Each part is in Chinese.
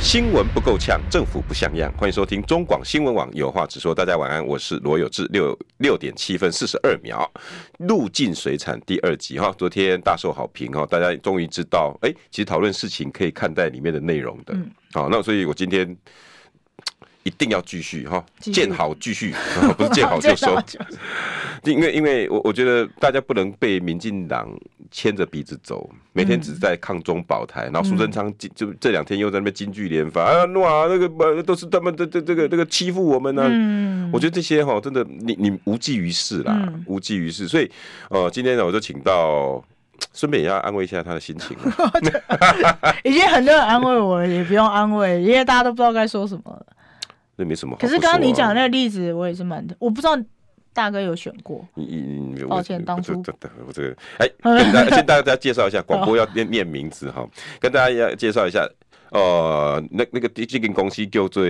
新闻不够呛，政府不像样。欢迎收听中广新闻网，有话直说。大家晚安，我是罗有志。六六点七分四十二秒，《入境水产》第二集哈，昨天大受好评哈，大家终于知道，哎、其实讨论事情可以看待里面的内容的。好，那所以我今天嘖一定要继续哈，继续见好继续， 哦不是 见好 就收。因为因为我我觉得大家不能被民进党牵着鼻子走，每天只在抗中保台，然后苏贞昌就就这两天又在那边金句连发、啊，诺啊那个呃都是他们的这这个这个欺负我们呢、啊嗯，我觉得这些哦哈，真的你你无济于事啦，嗯无济于事。所以呃，今天呢，我就请到。顺便也要安慰一下他的心情啊， 已经很多人安慰我了，也不用安慰，因为大家都不知道该说什么了。那没什么好不可说啊。是刚刚你讲的那个例子，我也是蛮，我不知道大哥有选过，你你你，我抱歉当初我这这我这个，哎，跟大家先大家介绍一下，广 播要念念名字哈，跟大家要介绍一下，呃，那那个第这间公司叫做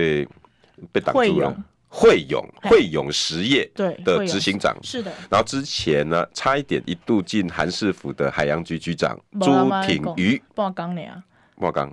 被挡惠住了永，惠永哎惠永实业对的惠永执行长。是的，然后之前呢，差一点一度进韩市府的海洋局局长没朱人要挺讲瑜，不好刚你啊，我刚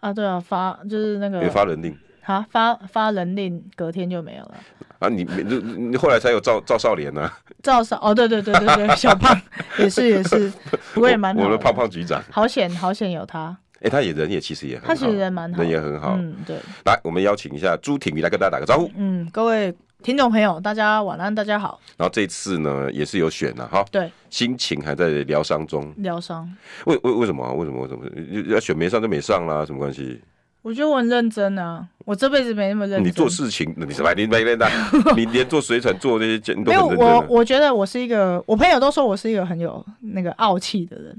啊对啊，发就是那有个发人令啊发发人令，隔天就没有了。啊，你你你后来才有赵赵少啊莲呢，赵少哦，对对对对对，小胖 也是也是，不过也蛮好我的们胖胖局长，好险好险有他，哎，他也人也其实也很好，他其实人蛮好的，人也很好，嗯对。来，我们邀请一下朱挺瑜来跟大家打个招呼。嗯，各位听众朋友，大家晚安，大家好。然后这次呢，也是有选了、哈，对，心情还在疗伤中。疗伤，为为为什么啊？为什么？为什么？要选没上就没上啦，什么关系？我觉得我很认真啊，我这辈子没那么认真。你做事情，你什么？你没认的，你连做水产做那些你都没有很认真啊我，我觉得我是一个，我朋友都说我是一个很有那个傲气的人。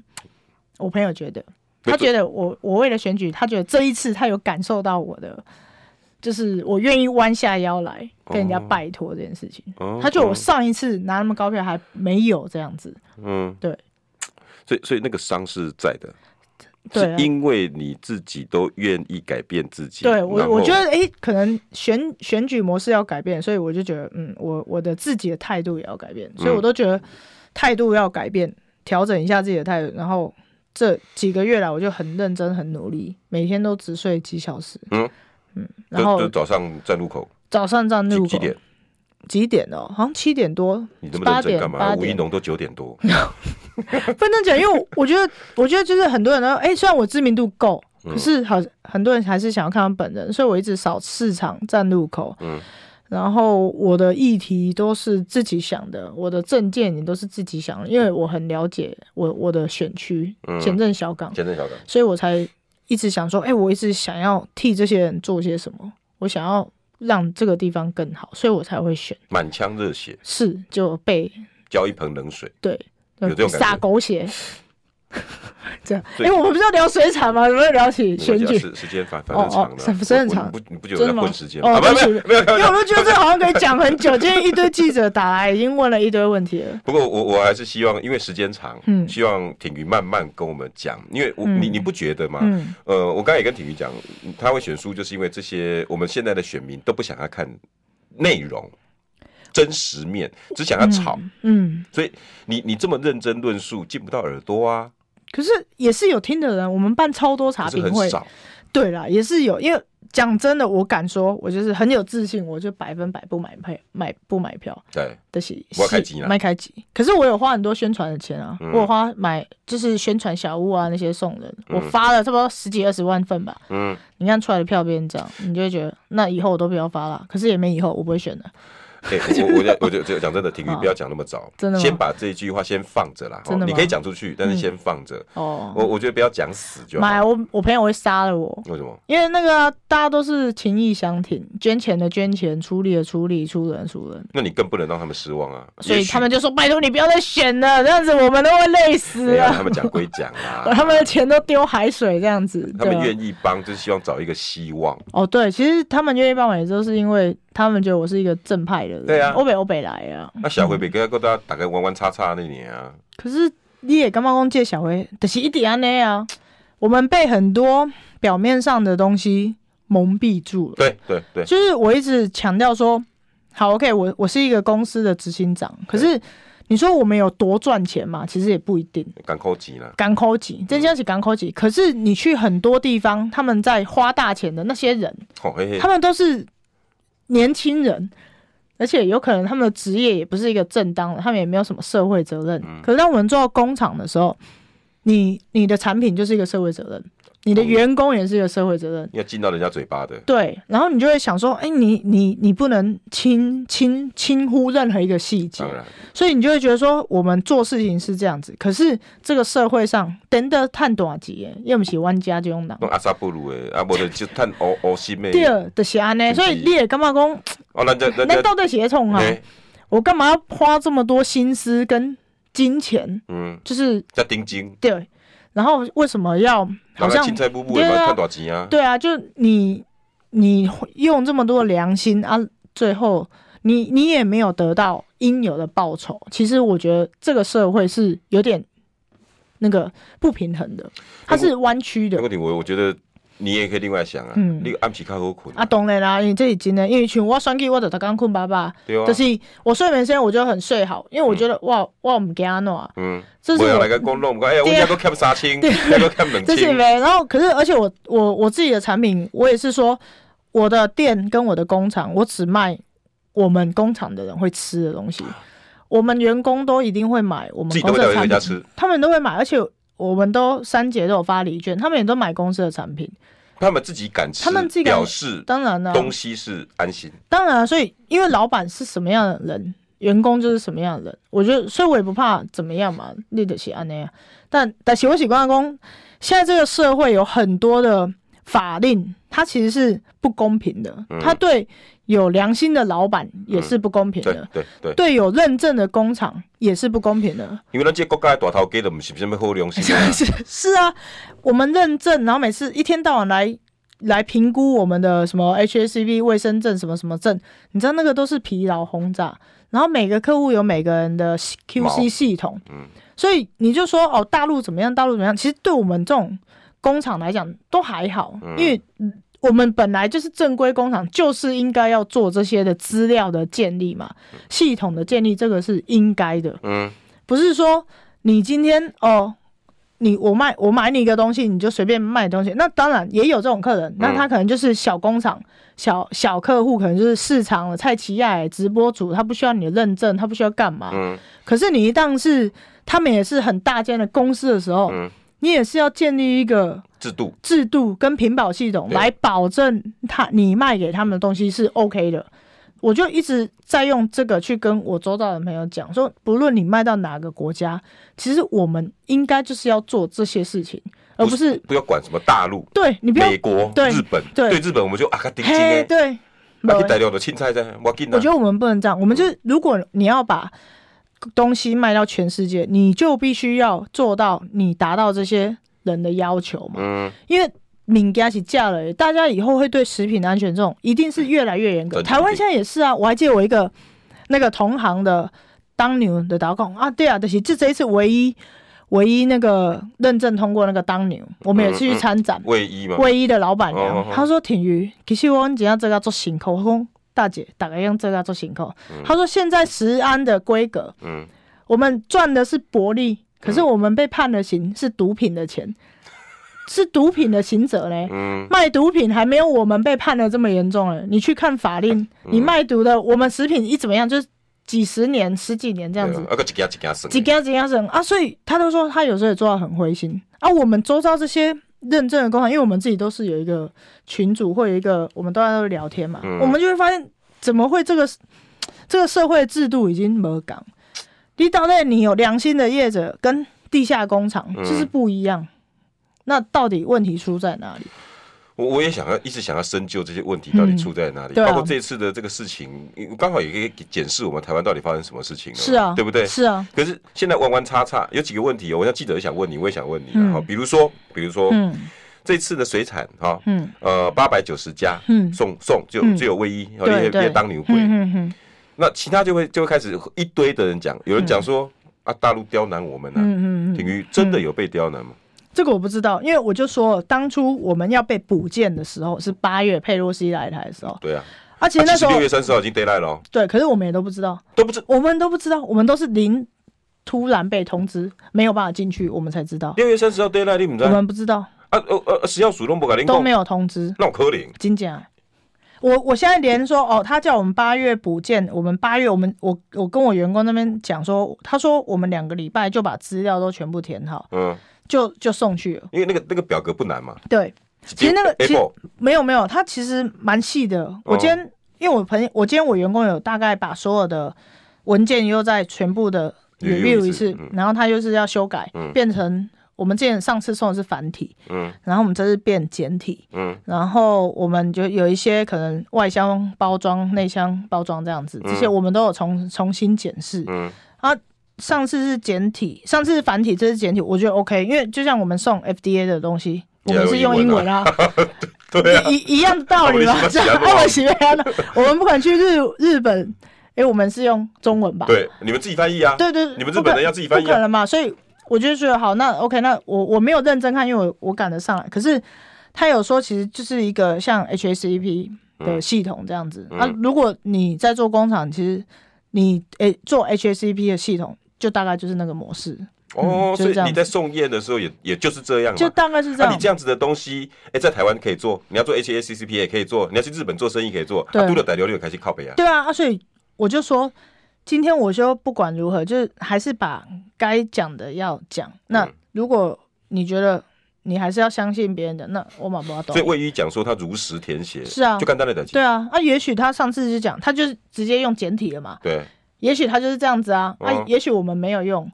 我朋友觉得，没他有觉得我我为了选举，他觉得这一次他有感受到我的，就是我愿意弯下腰来跟人家哦拜托这件事情。哦他觉得我哦上一次拿那么高票还没有这样子，嗯对。所以，所以那个伤是在的，对啊是因为你自己都愿意改变自己。对我，然后我觉得诶，可能选选举模式要改变，所以我就觉得，嗯，我我的自己的态度也要改变，嗯所以我都觉得态度要改变，调整一下自己的态度。然后这几个月来，我就很认真、很努力，每天都只睡几小时。嗯嗯然就后就早上站路口早上站几路口几点？几点哦？好像七点多，你这么认真干八嘛？点八吴一点农都九点多，不能讲，因 为我觉得，我觉得就是很多人都哎、诶虽然我知名度够，嗯可是好很多人还是想要看到本人，所以我一直扫市场站路口，嗯然后我的议题都是自己想的，我的证件也都是自己想的，因为我很了解我我的选区嗯前镇小港，前阵小港。所以我才一直想说，哎、我一直想要替这些人做些什么，我想要让这个地方更好，所以我才会选，满腔热血，是就被浇一盆冷水。对，有这种感觉撒 狗血。这样，哎、对我们不是要聊水产吗？怎么会聊起没选关系啊举？时时间反反正哦长哦了，是不是很长我我你不你不觉得我真在的吗混时间？哦啊不对不起没有没有没有因为我都觉得这好像可以讲很久。今天一堆记者打来，已经问了一堆问题了。不过我我还是希望，因为时间长，嗯希望挺瑜慢慢跟我们讲，因为我、嗯你你不觉得吗？嗯，呃，我刚才也跟挺瑜讲，他会选书，就是因为这些我们现在的选民都不想要看内容。真实面只想要吵，嗯，所以你你这么认真论述进不到耳朵啊，可是也是有听的人，我们办超多茶可是评很会。少。对啦，也是有，因为讲真的，我敢说，我就是很有自信，我就百分百不买票，买不买票对，的是不要开机啦麦开机。可是我有花很多宣传的钱啊，嗯我有花买就是宣传小物啊那些送人，嗯我发了差不多十几二十万份吧。嗯，你看出来的票变成这样，你就会觉得那以后我都不要发了。可是也没以后，我不会选的。哎、 我我就我就就讲真的，挺瑜啊不要讲那么早，真的吗先把这一句话先放着啦。哦真的吗嗯你可以讲出去，但是先放着。哦，我我觉得不要讲死就妈呀，好。我我朋友会杀了我，为什么？因为那个啊、大家都是情义相挺，捐钱的捐钱，出力的出力，出人出人，那你更不能让他们失望啊！所以也许他们就说拜托你不要再选了，这样子我们都会累死没有了。啊他们讲归讲把啦，啊 他们的钱都丢海水这样子，他们对啊愿意帮，就是希望找一个希望。哦，对，其实他们愿意帮我也都是因为他们觉得我是一个正派的人，对啊欧北欧北来啊。那小辉别跟大家打个弯弯叉叉那年啊，可是你也干嘛光借小薇，就是一点安尼啊。我们被很多表面上的东西蒙蔽住了。对对对，就是我一直强调说，好，OK，我我是一个公司的执行长，可是你说我们有多赚钱嘛？其实也不一定，赶扣急了，港口级，真正是港口级。可是你去很多地方，他们在花大钱的那些人，哦嘿嘿他，们都是年轻人，而且有可能他们的职业也不是一个正当的，他们也没有什么社会责任。嗯可是当我们做到工厂的时候，你你的产品就是一个社会责任，你的同意员工也是一个社会责任。要进到人家嘴巴的，对，然后你就会想说，哎、你你你不能轻轻轻忽任何一个细节，当然，所以你就会觉得说，我们做事情是这样子，可是这个社会上等的探短级，要么是玩家就用脑。弄阿萨布鲁的，啊，无就就探黑黑心的，第二的是安呢，是所以你也干嘛讲？哦，咱这咱那这，到底是冲啊？嘿我干嘛要花这么多心思跟金钱？嗯，就是叫丁金，对，然后为什么要好人家像青菜布布的对嘛，啊赚大钱啊，对啊，就你你用这么多良心啊，最后你你也没有得到应有的报酬。其实我觉得这个社会是有点那个不平衡的，它是弯曲的那。个题我我觉得你也可以另外想啊，嗯那个暗皮较好困啊，当然啦，因为这里真的，因为像我选举，我就逐工困爸爸，对啊就，是我睡眠时间我就很睡好，因为我觉得、哇哇我们给安啊，嗯，这是不要我来个公弄，我哎，我对啊家都看三千，家都看两这是千，没。然后可是，而且我我我自己的产品，我也是说，我的店跟我的工厂，我只卖我们工厂的人会吃的东西。我们员工都一定会买自我们己都公会司带的回产家品，吃，他们都会买，而且我们都三节都有发礼券，他们也都买公司的产品。他们自己敢吃，他们自己敢表示当然呢、东西是安心，当然、啊所以因为老板是什么样的人，员工就是什么样的人，我觉得，所以我也不怕怎么样嘛，立得起安那样。但但是我喜欢讲，现在这个社会有很多的法令，它其实是不公平的，它对有良心的老板也是不公平对的，对对，对有认证的工厂也是不公平的。因为咱这个国家的大头家都不是什么好良心啊，是 是啊，我们认证，然后每次一天到晚来来评估我们的什么 HACP 卫生证什么什么证，你知道那个都是疲劳轰炸。然后每个客户有每个人的 QC 系统，嗯所以你就说哦，大陆怎么样，大陆怎么样？其实对我们这种工厂来讲都还好，嗯因为我们本来就是正规工厂，就是应该要做这些的资料的建立嘛，系统的建立，这个是应该的。嗯，不是说你今天哦，你我卖我买你一个东西，你就随便卖东西。那当然也有这种客嗯人，那他可能就是小工厂、小小客户，可能就是市场的蔡奇亚直播主，他不需要你的认证，他不需要干嘛。嗯可是你一旦是他们也是很大间的公司的时候，嗯你也是要建立一个。制度制度跟屏保系统对来保证他你卖给他们的东西是 OK 的。我就一直在用这个去跟我周遭的朋友讲，说不论你卖到哪个国家，其实我们应该就是要做这些事情，而不是不要管什么大陆、对你不要美国、对日本，对对日本我们就啊个丁金嘿哎，对，没啊去大陆的青菜噻，我给我觉得我们不能这样，我嗯们就是如果你要把东西卖到全世界，你就必须要做到你达到这些人的要求嘛。嗯，因为敏感起价了，大家以后会对食品安全这种一定是越来越严格。对台湾现在也是啊，我还记得我一个那个同行的当牛的打工啊，对啊，就是这这一次唯一唯一那个认证通过那个当牛，我们也是去参展，卫衣嘛，唯一的老板娘嗯哦哦哦她说：“挺鱼，其实我们怎样这个做辛苦，我说大姐大概用这个做辛苦。她说：“现在食安的规格，嗯，我们赚的是薄利，可是我们被判的刑是毒品的钱， 是毒品的刑责嘞。嗯卖毒品还没有我们被判的这么严重嘞。你去看法令，你卖毒的，我们食品一怎么样，就是几十年、十几年这样子对啊，啊个一家一家算的，几家几家人啊，所以他都说他有时候也做到很灰心啊。我们周遭这些。认证的工厂，因为我们自己都是有一个群组，会有一个我们都在那聊天嘛，嗯我们就会发现怎么会这个这个社会制度已经没港？你到底你有良心的业者跟地下工厂嗯就是不一样，那到底问题出在哪里？嗯我我也想要一直想要深究这些问题到底出在哪里，嗯对啊包括这一次的这个事情，刚好也可以检视我们台湾到底发生什么事情了，是啊，对不对？是啊，可是现在弯弯叉叉有几个问题哦，我像记者也想问你，我也想问你啊嗯好，比如说，比如说嗯，这次的水产哈，嗯呃，八百九十家嗯送送，就嗯只有卫衣，哦对别对别当牛鬼。嗯嗯那其他就会就会开始一堆的人讲，有人讲说啊，大陆刁难我们啊，嗯嗯嗯挺嗯，于真的有被刁难吗？这个我不知道，因为我就说当初我们要被补建的时候是八月佩洛西来台的时候，对啊，啊，其实那时候六月三十号已经 deadline 了哦，对，可是我们也都不知道，都不知我们都不知道，我们都是零突然被通知，没有办法进去，我们才知道，六月三十号 deadline 你们知我道啊？们不知道呃呃，食药署都不敢领都没有通知，那我可怜。真假？我我现在连说哦，他叫我们八月补件，我们八月我们我我跟我员工那边讲说，他说我们两个礼拜就把资料都全部填好，嗯，就就送去了。因为那个那个表格不难嘛。对，其实那个 A 其实 four 没有没有，他其实蛮细的。我今天、哦因为我朋友，我今天我员工有大概把所有的文件又在全部的 review review 一一次次，然后他又是要修改，嗯变成我们之前上次送的是繁体，嗯然后我们这次变简体，嗯然后我们就有一些可能外箱包装、内箱包装这样子，这些我们都有重重新检视。啊嗯上次是简体，上次是繁体，这次简体，我觉得 OK，因为就像我们送 FDA 的东西，我也要们是用用英英文文啊，对啊，一一样的道理我吧？们喜这欢 样喜欢爱我喜欢的，我们不管去日日本，诶，我们是用中文吧？对，你们自己翻译啊。对对，你们日本人要自己翻译啊不可能嘛？所以我就觉得好，那 OK，那我我没有认真看，因为我我赶得上来。可是他有说，其实就是一个像 HACCP 嗯的系统这样子。那、如果你在做工厂，其实你诶、做 HACCP 的系统，就大概就是那个模式，哦，嗯所就是以这样你在送验的时候也也就是这样嘛。就大概是这那、样。你这样子的东西，哎、在台湾可以做，你要做 H A C C P 也可以做，你要去日本做生意可以做，对啊，都了逮流流开始靠北啊。对啊，啊，所以我就说，今天我说不管如何，就是还是把该讲的要讲。那嗯如果你觉得你还是要相信别人的，那我马不要懂所以。卫一讲说他如实填写，是啊就干单的等级对。啊，啊，也许他上次就讲，他就是直接用简体了嘛，对，也许他就是这样子啊，嗯啊，也许我们没有用，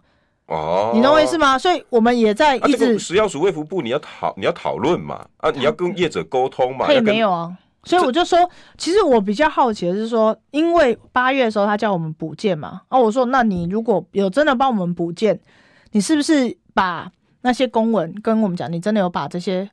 哦，你懂我意思吗？所以我们也在啊，一这个直，食药署卫福部你要讨你要讨论嘛，啊，你要跟业者沟通嘛，他也要跟没有啊。所以我就说，其实我比较好奇的是说，因为八月的时候他叫我们补件嘛，啊，我说那你如果有真的帮我们补件，你是不是把那些公文跟我们讲，你真的有把这些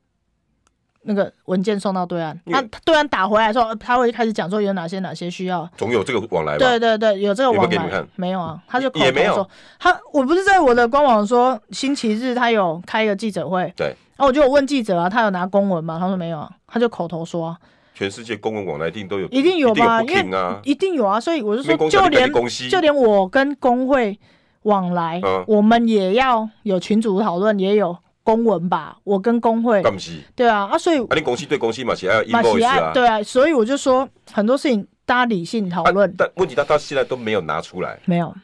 那个文件送到对岸？因他为他对岸打回来的时候，他会开始讲说有哪些哪些需要，总有这个往来吧。对对对，有这有个没有往给你们看来没有啊？他就口也没有头说他，我不是在我的官网说星期日他有开一个记者会，对，啊，我就有问记者啊，他有拿公文吗？他说没有啊，他就口头说、啊，全世界公文往来一定都有，一定有吧一定有不停啊。一定有啊，所以我就没说，公司还就是跟连你公司就连我跟工会往来，嗯我们也要有群组讨论，也有公文吧，我跟工会，干不是？对啊，啊，所以啊，你公司对公司嘛，写要马西 invoice 亚啊。对啊，所以我就说很多事情大家理性讨啊论，但问题他到现在都没有拿出来，没有，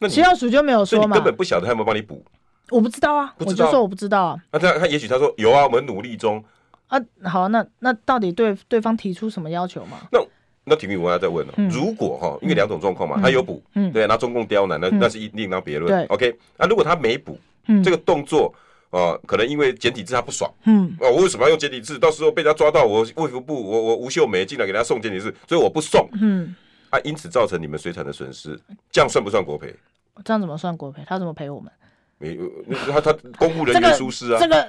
那你食药署就没有所以说你嘛根，本不晓得他有没有帮你补。我不知道啊，不我知道就说我不知道啊。那他他也许他说有啊，我们努力中。啊，好，那那到底对对方提出什么要求吗？那体育我要再问了，哦如果哈，因为两种状况嘛，他有补，嗯对，那中共刁难，那那是一另当别论对。 OK，那如果他没补，嗯这个动作，呃，可能因为简体字他不爽，嗯，哦，我为什么要用简体字？到时候被他抓到，我卫福部，我我吴秀梅进来给他送简体字，所以我不送嗯，啊，因此造成你们水产的损失，这样算不算国赔？这样怎么算国赔？他怎么赔我们？没，那他他公务人这员个疏失啊这，个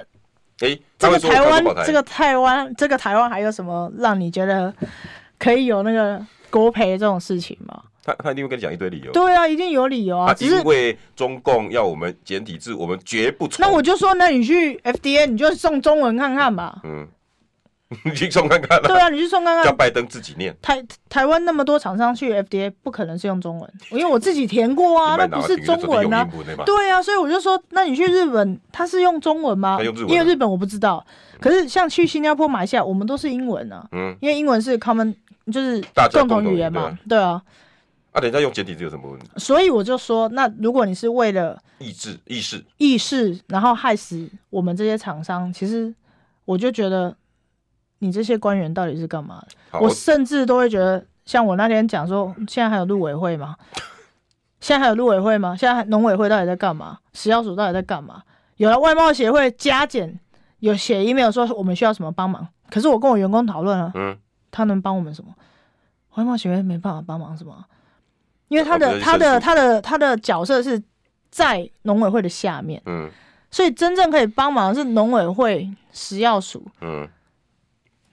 哎，这他会个说台他湾不保台，这个台湾这个台湾还有什么让你觉得可以有那个国赔这种事情吗？他他一定会跟你讲一堆理由。对啊，一定有理由啊，啊，只因是。为中共要我们简体字，我们绝不从。那我就说，那你去 FDA，你就送中文看 看吧。嗯，你 去送看看啦，对啊，你去送看叫看。拜登自己念。台台湾那么多厂商去 FDA，不可能是用中文，因为我自己填过啊，你卖那脑不是中文啊你。就准备用英文对吧？对啊，所以我就说，那你去日本，他是用中文吗？他用日文啊因为日本我不知道。可是像去新加坡、马来西亚，我们都是英文啊，嗯，因为英文是 common，就是大家共共同同语语言言对嘛，对啊。啊，人家用简体字有什么问题？所以我就说，那如果你是为了意志意识，意识，然后害死我们这些厂商，其实我就觉得你这些官员到底是干嘛的？好，我甚至都会觉得，像我那天讲说，现在还有陆委会吗？现在还有陆委会吗？现在还农委会到底在干嘛？食药署到底在干嘛？有了外贸协会加减，有写 email 说我们需要什么帮忙，可是我跟我员工讨论啊，嗯，他能帮我们什么？外贸协会没办法帮忙什么啊，因为他啊不的是他申的诉他的他的角色是在农委会的下面，嗯，所以真正可以帮忙的是农委会、食药署、嗯，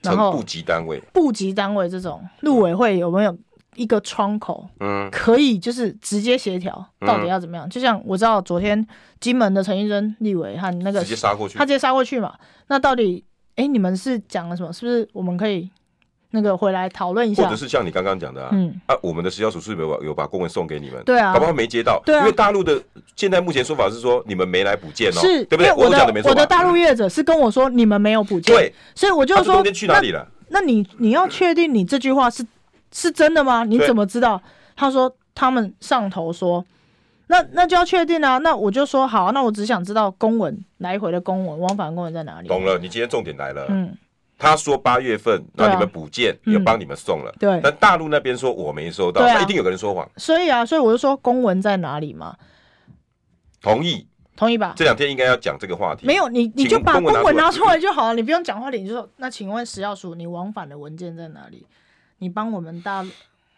然成后部级单位，部级单位这种陆委会有没有一个窗口嗯可以就是直接协调到底要怎么样？就像我知道昨天金门的陈医生、立委和那个直接杀过去他，直接杀过去嘛，那到底哎你们是讲了什么？是不是我们可以那个回来讨论一或下者？是像你刚刚讲的啊，嗯，啊，我们的食药署是不是有把有把公文送给你们？对啊搞不好没接到，对啊因为大陆的现在目前说法是说你们没来补件哦，是，对不因对？为我都的讲的没错吧我的大陆业者是跟我说你们没有补件，对，所以我就那说中间去哪里了？那你你要确定你这句话是是真的吗？你对怎么知道？他说他们上头说，那那就要确定啊。那我就说好啊，那我只想知道公文来回的公文，往返的公文在哪里？懂了，你今天重点来了。嗯，他说八月份，对啊那你们补件嗯有帮你们送了，对但大陆那边说我没收到，对啊那一定有个人说谎。所以啊，所以我就说公文在哪里嘛，同意，同意吧？这两天应该要讲这个话题。没有你，你就请把公公文拿文拿出出来就好了，你不用讲话你就说那请问食药署，你往返的文件在哪里？你帮我们大陆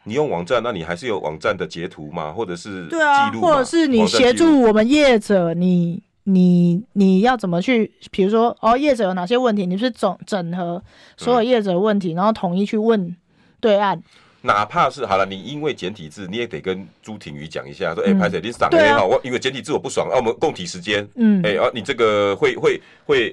你用网站，那你还是有网站的截图吗？或者是对啊，记录吗或者是你网站记协录助我们业者，你你你要怎么去？比如说哦，业者有哪些问题，你是整整合所有业者的问题，然后统一去问对岸。哪怕是好了，你因为简体字，你也得跟朱婷瑜讲一下，说哎，嗯拍谁你赏对哎啊哈，我因为简体字我不爽，啊，我们共体时间，嗯，哎，啊，你这个会会会，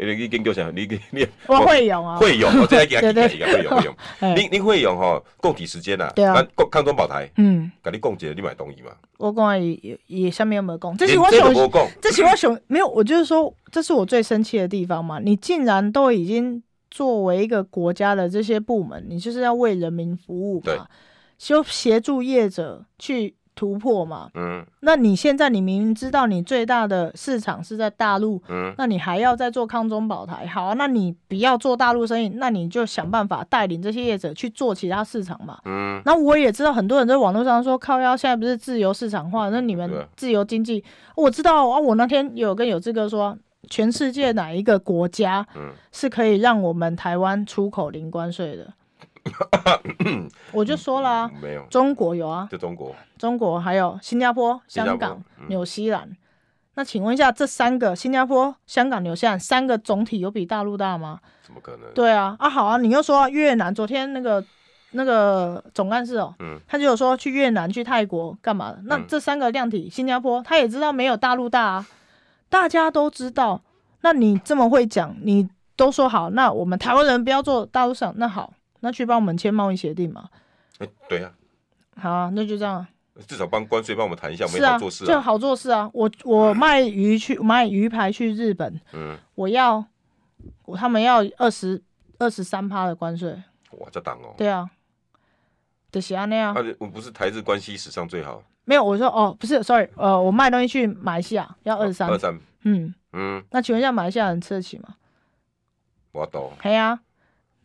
哎你你跟我讲，你你你我我会有啊，会哦有，我 再来给他对 对给他会有会有，哎你你会有哈，共体时间呐，对啊咱共抗中保台，嗯，跟你共结，你买东西嘛，我跟我也也下面有没有讲？这是连我这个想不共，这是我想没有，我就是说，这是我最生气的地方嘛！你竟然都已经作为一个国家的这些部门，你就是要为人民服务对嘛，就协助业者去突破嘛。嗯那你现在你明明知道你最大的市场是在大陆，嗯，那你还要再做康中保台？好啊，那你不要做大陆生意，那你就想办法带领这些业者去做其他市场嘛。嗯，那我也知道很多人在网络上说靠腰，现在不是自由市场化，那你对们啊自由经济，我知道啊。我那天有跟有志哥说，全世界哪一个国家嗯是可以让我们台湾出口零关 税的？我就说了啊，没有，中国有啊，就中国，中国还有新加坡、新加香坡港嗯、纽西兰。那请问一下，这三个新加坡、香港、纽西兰三个总体有比大陆大吗？怎么可能？对啊，啊好啊，你又说越南，昨天那个那个总干事哦，嗯他就有说去越南、去泰国干嘛的？那嗯这三个量体，新加坡他也知道没有大陆大啊，大家都知道。那你这么会讲，你都说好，那我们台湾人不要做大陆市场，那好，那去帮我们签贸易协定嘛。哎，对呀，好啊、那就这样啊。至少帮关税帮我们谈一下，我们是也好啊，做事就啊，好做事啊。我我卖鱼去卖鱼排去日本，嗯，我要我他们要二十二十三趴的关税，哇，这档哦。对啊，就是安那样啊，。我们不是台日关系史上最好，没有，我说哦，不是，sorry，呃，我卖东西去马来西亚要二十三哦二，三，嗯，嗯，那请问一下马来西亚人吃得起吗？我懂。嘿啊，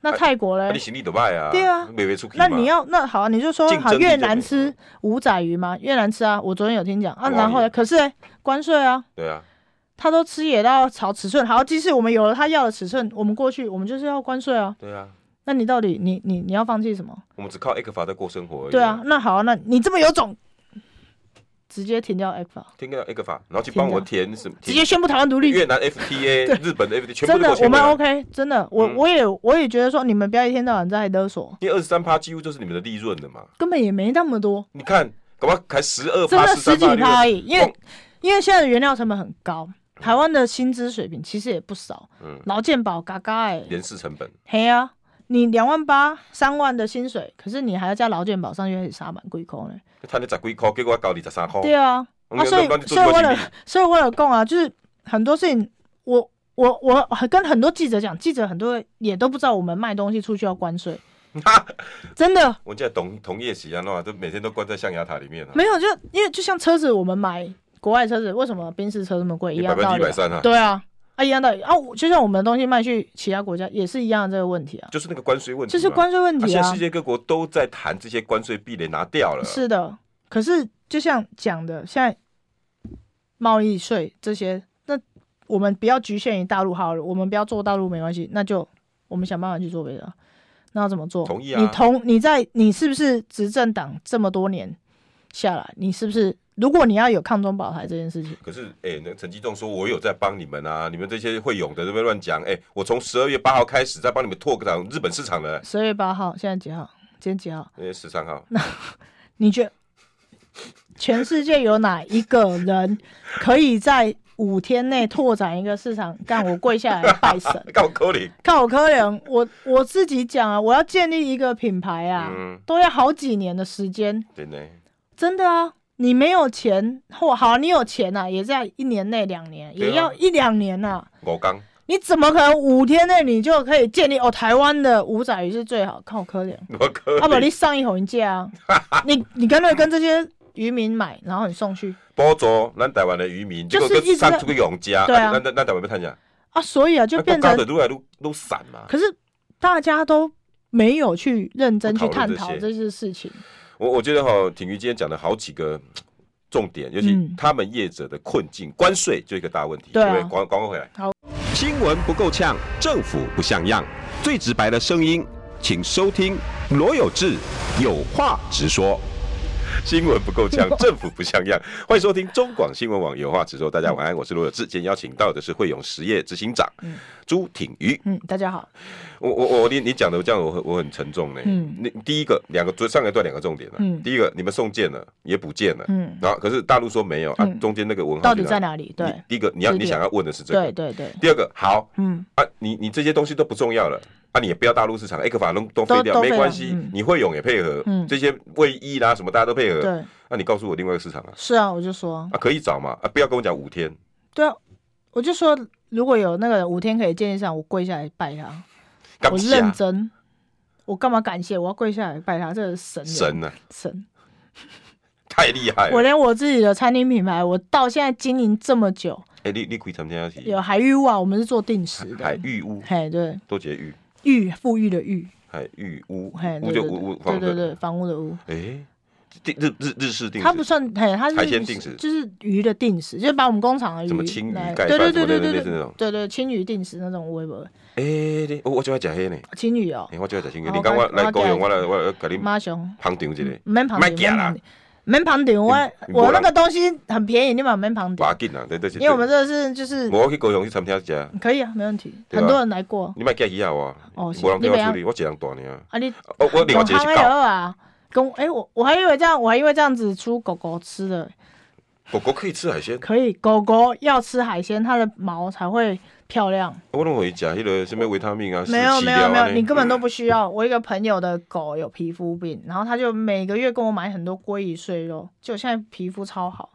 那泰国那、嘞你？行李都卖啊，对啊没没出去嘛那你要那好啊，你就说竞争好力就越南没吃五仔鱼吗？越南吃啊，我昨天有听讲啊，哇然后也呢，可是嘞关税啊，对啊，他都吃也到朝尺寸。好，即使我们有了他要的尺寸，我们过去我们就是要关税啊。对啊，那你到底你你你要放弃什么？我们只靠 A 克法在过生活而已、对啊，，那好、那你这么有种，直接停掉 a p p 听到 A 克法，然后去帮我填什么？直接宣布台湾独立。越南 FTA、日本的 FTA 全部都真的给，我签回啊们来。 OK，真的，我、嗯我也我也觉得说，你们不要一天到晚在勒索，因为二十三趴几乎就是你们的利润了嘛。根本也没那么多，你看，搞不好还十二真趴、的十十三几趴利趴润。而已。因为光因为现在的原料成本很高，台湾的薪资水平其实也不少，嗯劳健保嘎嘎哎、人事成本，嘿啊，你两万八、三万的薪水，可是你还要加劳健保，上月三万几块呢。他那十几块，结果我搞你十三块。对啊，哦我啊，们所以那帮你做所以多我少有利，所以我有供啊，就是很多事情，我我我跟很多记者讲，记者很多也都不知道我们卖东西出去要关税， 真的我现在同同业喜啊，那都每天都关在象牙塔里面了、啊，没有，就因为就像车子，我们买国外车子，为什么宾士车这么贵？一百样分之道一理百啊。三啊，对啊，啊一样道理啊，我就像我们的东西卖去其他国家也是一样的这个问题啊，就是那个关税问题就嘛。是关税问啊题现在啊世。界各国都在谈这些关税壁垒拿掉了，是的，可是就像讲的，现在贸易税这些，那我们不要局限于大陆好了，我们不要做大陆没关系，那就我们想办法去做别的。啊那要怎么做？同意你啊同你在你是不是执政党这么多年下来，你是不是如果你要有抗中保台这件事情，可是，哎、那陈吉仲说，我有在帮你们啊，你们这些会泳的这边乱讲，哎、我从十二月八号开始在帮你们拓展日本市场了，十二月八号，现在几号？今天几号？哎、十三号，你觉得全世界有哪一个人可以在五天内拓展一个市场？干我跪下来拜神，告扣 你，看我科人，我我自己讲啊，我要建立一个品牌啊，嗯都要好几年的时间，对呢，真的啊。你没有钱，或好，你有钱啊，也在一年内两年，对啊也要一两年呐、啊。我刚你怎么可能五天内你就可以建立哦？台湾的五仔鱼是最好，看我可怜。我扣啊不，你，你上一口人借啊，你你干脆跟这些渔民买，然后你送去包着咱台湾的渔民，结就是果跟一直上出个永家，对啊那那那台湾被探下，啊。所以啊，就变高成的越来越都散嘛。可是大家都没有去认真去不讨探论讨这这些事情。我我觉得哈，挺瑜今天讲的好几个重点，尤其嗯他们业者的困境，关税就一个大问题，对不啊对？广广告回来，好，新闻不够呛，政府不像样，最直白的声音，请收听罗有志有话直说。新闻不够 呛，政府不像样。欢迎收听中广新闻网有话直说。大家晚安，我是罗有志。今天邀请到的是惠永实业执行长嗯朱挺瑜。嗯，大家好，我我我你你讲的这样我很我很沉重呢。嗯你第一个两个上一段两个重点了、嗯第一个你们送件了也补件了，嗯，然后可是大陆说没有啊，嗯中间那个文号到底在哪？哪里？你对，第一个你要是的你想要问的是这对个，对对，第二个好嗯，啊，你你这些东西都不重要了。啊，你也不要大陆市场，哎，可法都都飞都掉，都没废关了系，嗯你会泳也配合，嗯这些卫衣啦什么大家都配合。那、对，你告诉我另外一个市场啊，是啊，我就说，啊可以找嘛，啊不要跟我讲五天，对啊，我就说，如果有那个五天可以建立上，我跪下来拜他，干不我认下真，我干嘛感谢？我要跪下来拜他，这是神人神哎啊，神。太厉害我了！连我自己的餐厅品牌，我到现在经营这么久，哎，你你可以参加起有海域屋啊，我们是做定时海的，玉屋嘿，对，多节玉。玉富裕的玉，海玉哎屋，嘿，屋对就对屋屋对房对子。对，房屋的屋。哎、定日日日式定它不时，算，嘿，它是海鲜定时就是鱼的定时，就是把我们工厂的鱼什么青鱼来盖对饭对什么对对的对类似那种对对对青鱼定时那种微博哎、你我我就要讲黑呢，青鱼哦哎、，我就要讲黑。哦你刚我我来我高雄，我我来我来给你妈熊，旁顶一个，免旁别怕啦哎点，免旁点，我你我那个东西很便宜，你买免旁不要点，紧啦，对对对。因为我们这是就是我去高雄去餐厅食，可以啊，没问题，对吧很多人来过你别介意啊我，哦无人你跟不我要处理，我一人大呢。啊，你哦，我另外一个懂是行的狗，啊，跟哎我我还以为这样，我还以为这样子出狗狗吃的，狗狗可以吃海鲜，可以，狗狗要吃海鲜，它的毛才会漂亮。我拢会食迄个什么维他命啊，没有饲没有没有，你根饲料啊本都不需要。我一个朋友的狗有皮肤病，然后他就每个月跟我买很多鲑鱼碎肉，就现在皮肤超好。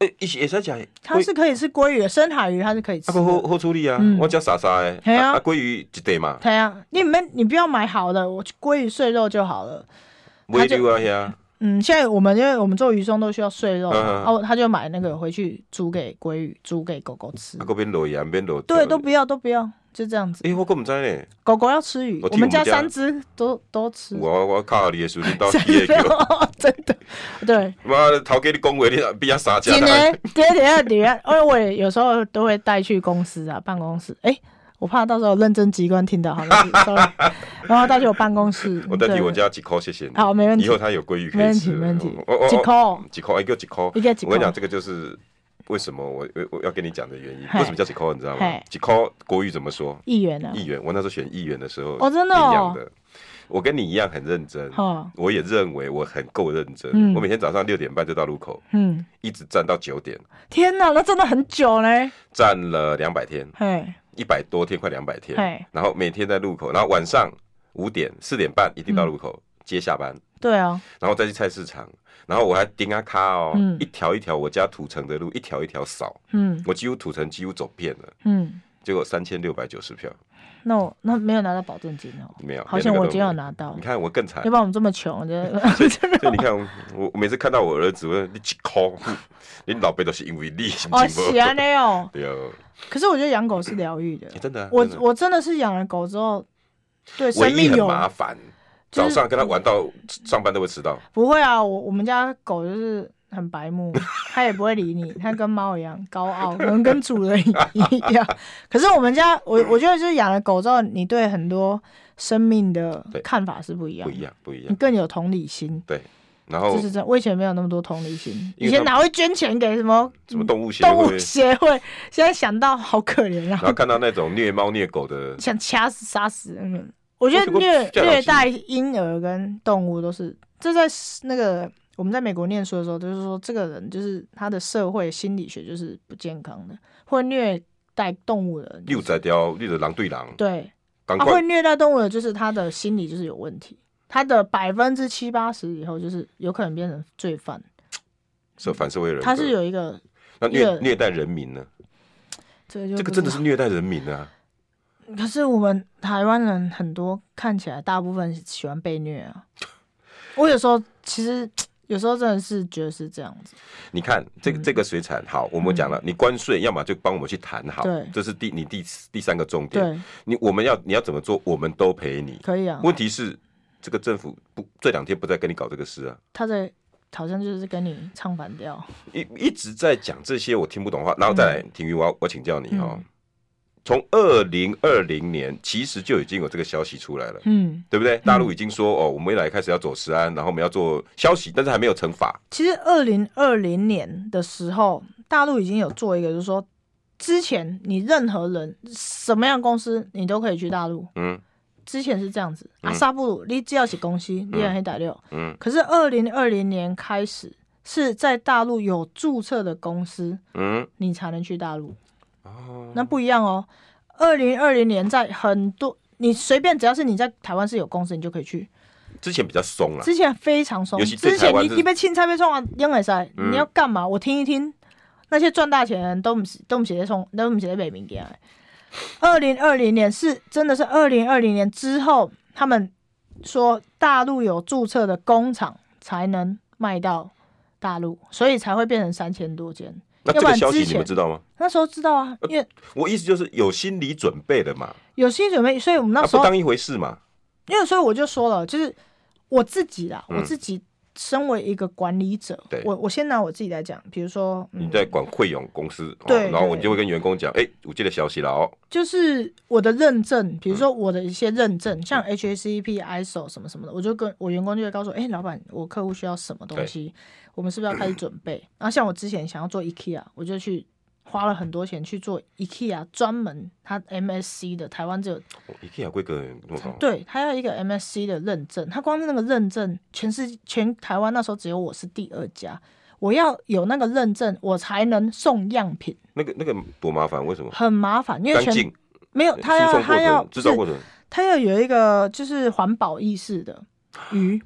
呢，哎，一起会使食，它是可以吃鲑鱼的，深海鱼它是可以吃啊，个好的。好处理啊嗯，我食沙沙的，嘿啊啊，鲑鱼一块嘛，对啊，你们你不要买好的，我鲑鱼碎肉就好了。尾它就流啊遐，嗯，现在我们因为我们做鱼松都需要碎肉嘛，嗯嗯嗯然后他就买那个回去煮给鲑鱼，煮给狗狗吃啊，。个边落盐边落，对，都不要都不要，就这样子。哎、我更唔知呢，狗狗要吃鱼，我我听我们们家家三只都都吃。我我靠你的时阵到 真企业去，的，真的，对，妈的头家你讲话你比较 傻啊家今天今天等一下等一下，因为我也有时候都会带去公司啊办公室，哎、我怕到时候认真机关听到，好像 sorry，然后带去我办公室，我再提对我家几颗谢谢你，好没问题以后他有鲑鱼可没问以题吃，没问题我我，几我扣几颗，一个几颗，一个几我跟你扣讲，这个就是为什么我我我要跟你讲的原因，嘿为什么叫几颗，你知道吗嘿？几颗国语怎么说？一元啊，议员，我那时候选议员的时候，哦真的哦一样的，我跟你一样很认真。哦，我也认为我很够认真，嗯我每天早上六点半就到路口，嗯，一直站到九点，天哪，那真的很久嘞，站了两百天。嘿，一百多天，快两百天嘿，然后每天在路口，然后晚上五点四点半一定到路口、嗯接下班，对啊，然后再去菜市场，然后我还盯啊咖哦，嗯一条一条我家土城的路一条一条扫，嗯我几乎土城几乎走遍了，嗯，结果三千六百九十票那我那没有拿到保证金哦，没有，好险我连那个都今天有拿到你，看我更惨要不，然我们这么穷，我觉 得所以你看我我我每次看到我儿子，我说你几抠，你老辈都是因为你，心哦，情不好喜安嘞哦，对哦，可是我觉得养狗是疗愈的哎。真的啊，我真的我真的是养了狗之后，对唯生一命很有麻烦，就是嗯早上跟他玩到上班都会迟到，不会啊，我我们家狗就是很白目，它也不会理你，它跟猫一样高傲，可能跟主人一样。 可是我们家我我觉得就是养了狗之后，你对很多生命的对看法是不一样嗯不的，一样不一样你。更有同理心。对，然后这是真的。我以前没有那么多同理心，因为以前他哪会捐钱给什么什么动物协动物会，协会？现在想到好可怜 然后啊，看到那种虐猫虐狗的，想掐死、杀死。嗯，我觉我觉得得虐哦这样虐待婴儿跟动物都是，这在那个我们在美国念书的时候，就是说这个人就是他的社会心理学就是不健康的，会虐待动物的人、又在雕，又的狼对狼，对，赶他快啊会虐待动物的，就是他的心理就是有问题，他的百分之七八十以后就是有可能变成罪犯，是反社会人格。他是有一个那一虐个虐待人民呢？这个就这个不真的知是虐待人民嗯啊！道，可是我们台湾人很多看起来大部分喜欢被虐啊，我有时候其实有时候真的是觉得是这样子，你看这嗯个这个水产好，我们讲了，你关税要么就帮我们去谈好对，这是第你第第三个重点。对，你我们要你要怎么做，我们都陪你。可以啊，问题是这个政府不这两天不再跟你搞这个事啊，他在好像就是跟你唱反调，一一直在讲这些我听不懂的话，然后再来，嗯婷宇，我要我请教你哦。从二零二零年其实就已经有这个消息出来了，嗯。对不对？大陆已经说哦，我们未来开始要走食安，然后我们要做消息，但是还没有惩罚。其实二零二零年的时候，大陆已经有做一个，就是说，之前你任何人什么样的公司你都可以去大陆。嗯之前是这样子，阿萨布鲁你只要是公司，你也可以打六。嗯可是二零二零年开始，是在大陆有注册的公司，嗯，你才能去大陆。哦，那不一样哦。二零二零年在很多，你随便只要是你在台湾是有公司，你就可以去。之前比较松了，之前非常松尤，其对之台前湾你是你被青菜被送啊，应该塞，嗯你要干嘛？我听一听，那些赚大钱的人都不是都不写在冲，都不写在北明给二零二零年是真的是二零二零年之后，他们说大陆有注册的工厂才能卖到大陆，所以才会变成三千多间。那这要不个然消息之你前们知道吗？那时候知道啊，因为我意思就是有心理准备的嘛，有心理准备，所以我们那啊，时不候当一回事嘛。因为所以我就说了，就是我自己啦，嗯我自己身为一个管理者，对我我先拿我自己来讲，比如说，嗯你在管惠永公司，哦对然后对你就会跟员工讲，哎，我记得消息了哦，就是我的认证，嗯比如说我的一些认证，像 HACCP、ISO 什么什么的，我就跟我员工就会告诉我，哎、老板，我客户需要什么东西，我们是不是要开始准备？然后像我之前想要做 IKEA，我就去。花了很多钱去做 IKEA 专门它 MSC 的，台湾只有哦一定要规格那么高，对，它要一个 MSC 的认证，它光是那个认证，全世全台湾那时候只有我是第二家，我要有那个认证，我才能送样品，那个那个多麻烦，为什么？很麻烦，因为干全净，呃没有它输要送过它要程、制造是过程，它要有一个就是环保意识的鱼，嗯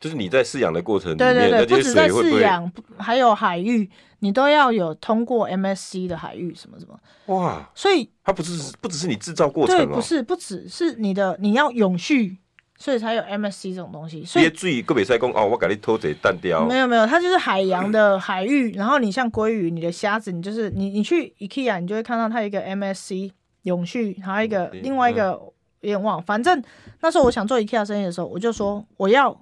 就是你在饲养的过程里对对面，对，那不些止在水会不饲会养，不还有海域，你都要有通过 MSC 的海域什么什么，哇？所以它不是不只是你制造过程对，哦不，是不只是你的你要永续，所以才有 MSC 这种东西，所以别注意个别塞工哦，我给你偷贼蛋掉没，有没有，它就是海洋 的海域，然后你像鲑鱼、你的虾子，你就是你你去 IKEA，你就会看到它有一个 MSC 永续，还有一个嗯对另外一个有点忘了，反正那时候我想做 IKEA 生意的时候，我就说我要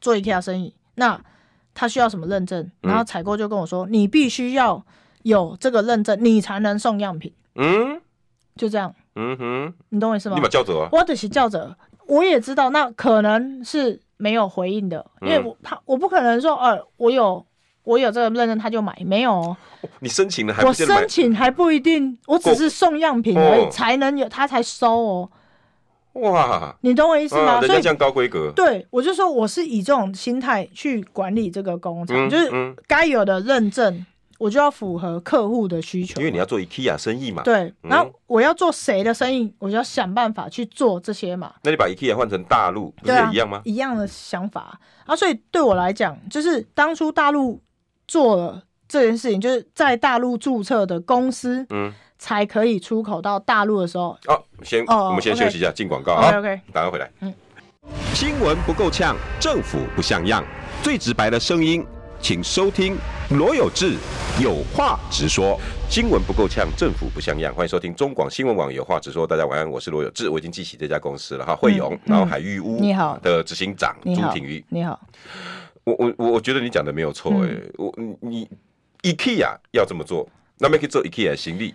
做 IKEA 生意，那它需要什么认证？然后采购就跟我说，你必须要有这个认证，你才能送样品，嗯就这样，嗯哼，你懂我意思吗你把？叫走啊，我的是教者，我也知道那可能是没有回应的，因为嗯我怕我不可能说，呃，我有我有这个认证他就买，没有哦，哦你申请了还我不见得买申请还不一定，我只是送样品而哦已，才能有他才收哦，哇？你懂我意思啊，吗？人所家以这样高规格，对我就说我是以这种心态去管理这个工厂，嗯就是嗯，该有的认证，我就要符合客户的需求因。为你要做 IKEA 生意嘛，对，嗯然后我要做谁的生意，我就要想办法去做这些嘛。那你把 IKEA 换成大陆，不是对啊也一样吗？一样的想法啊，所以对我来讲，就是当初大陆做了这件事情，就是在大陆注册的公司嗯，才可以出口到大陆的时候。好，先哦我们先 OK 休息一下，进广告啊 OK，OK，打快回来。嗯新闻不够呛，政府不像样，最直白的声音，请收听罗有志有话直说。新闻不够呛，政府不像样，欢迎收听中广新闻网有话直说。大家晚安，我是罗有志，我已经记起这家公司了哈，惠永，嗯然后海域屋你好的执行长你朱好挺瑜，，你好，我我我我觉得你讲的没有错哎、嗯我你你 IKEA 要这么做，那么可以做 IKEA 的行李，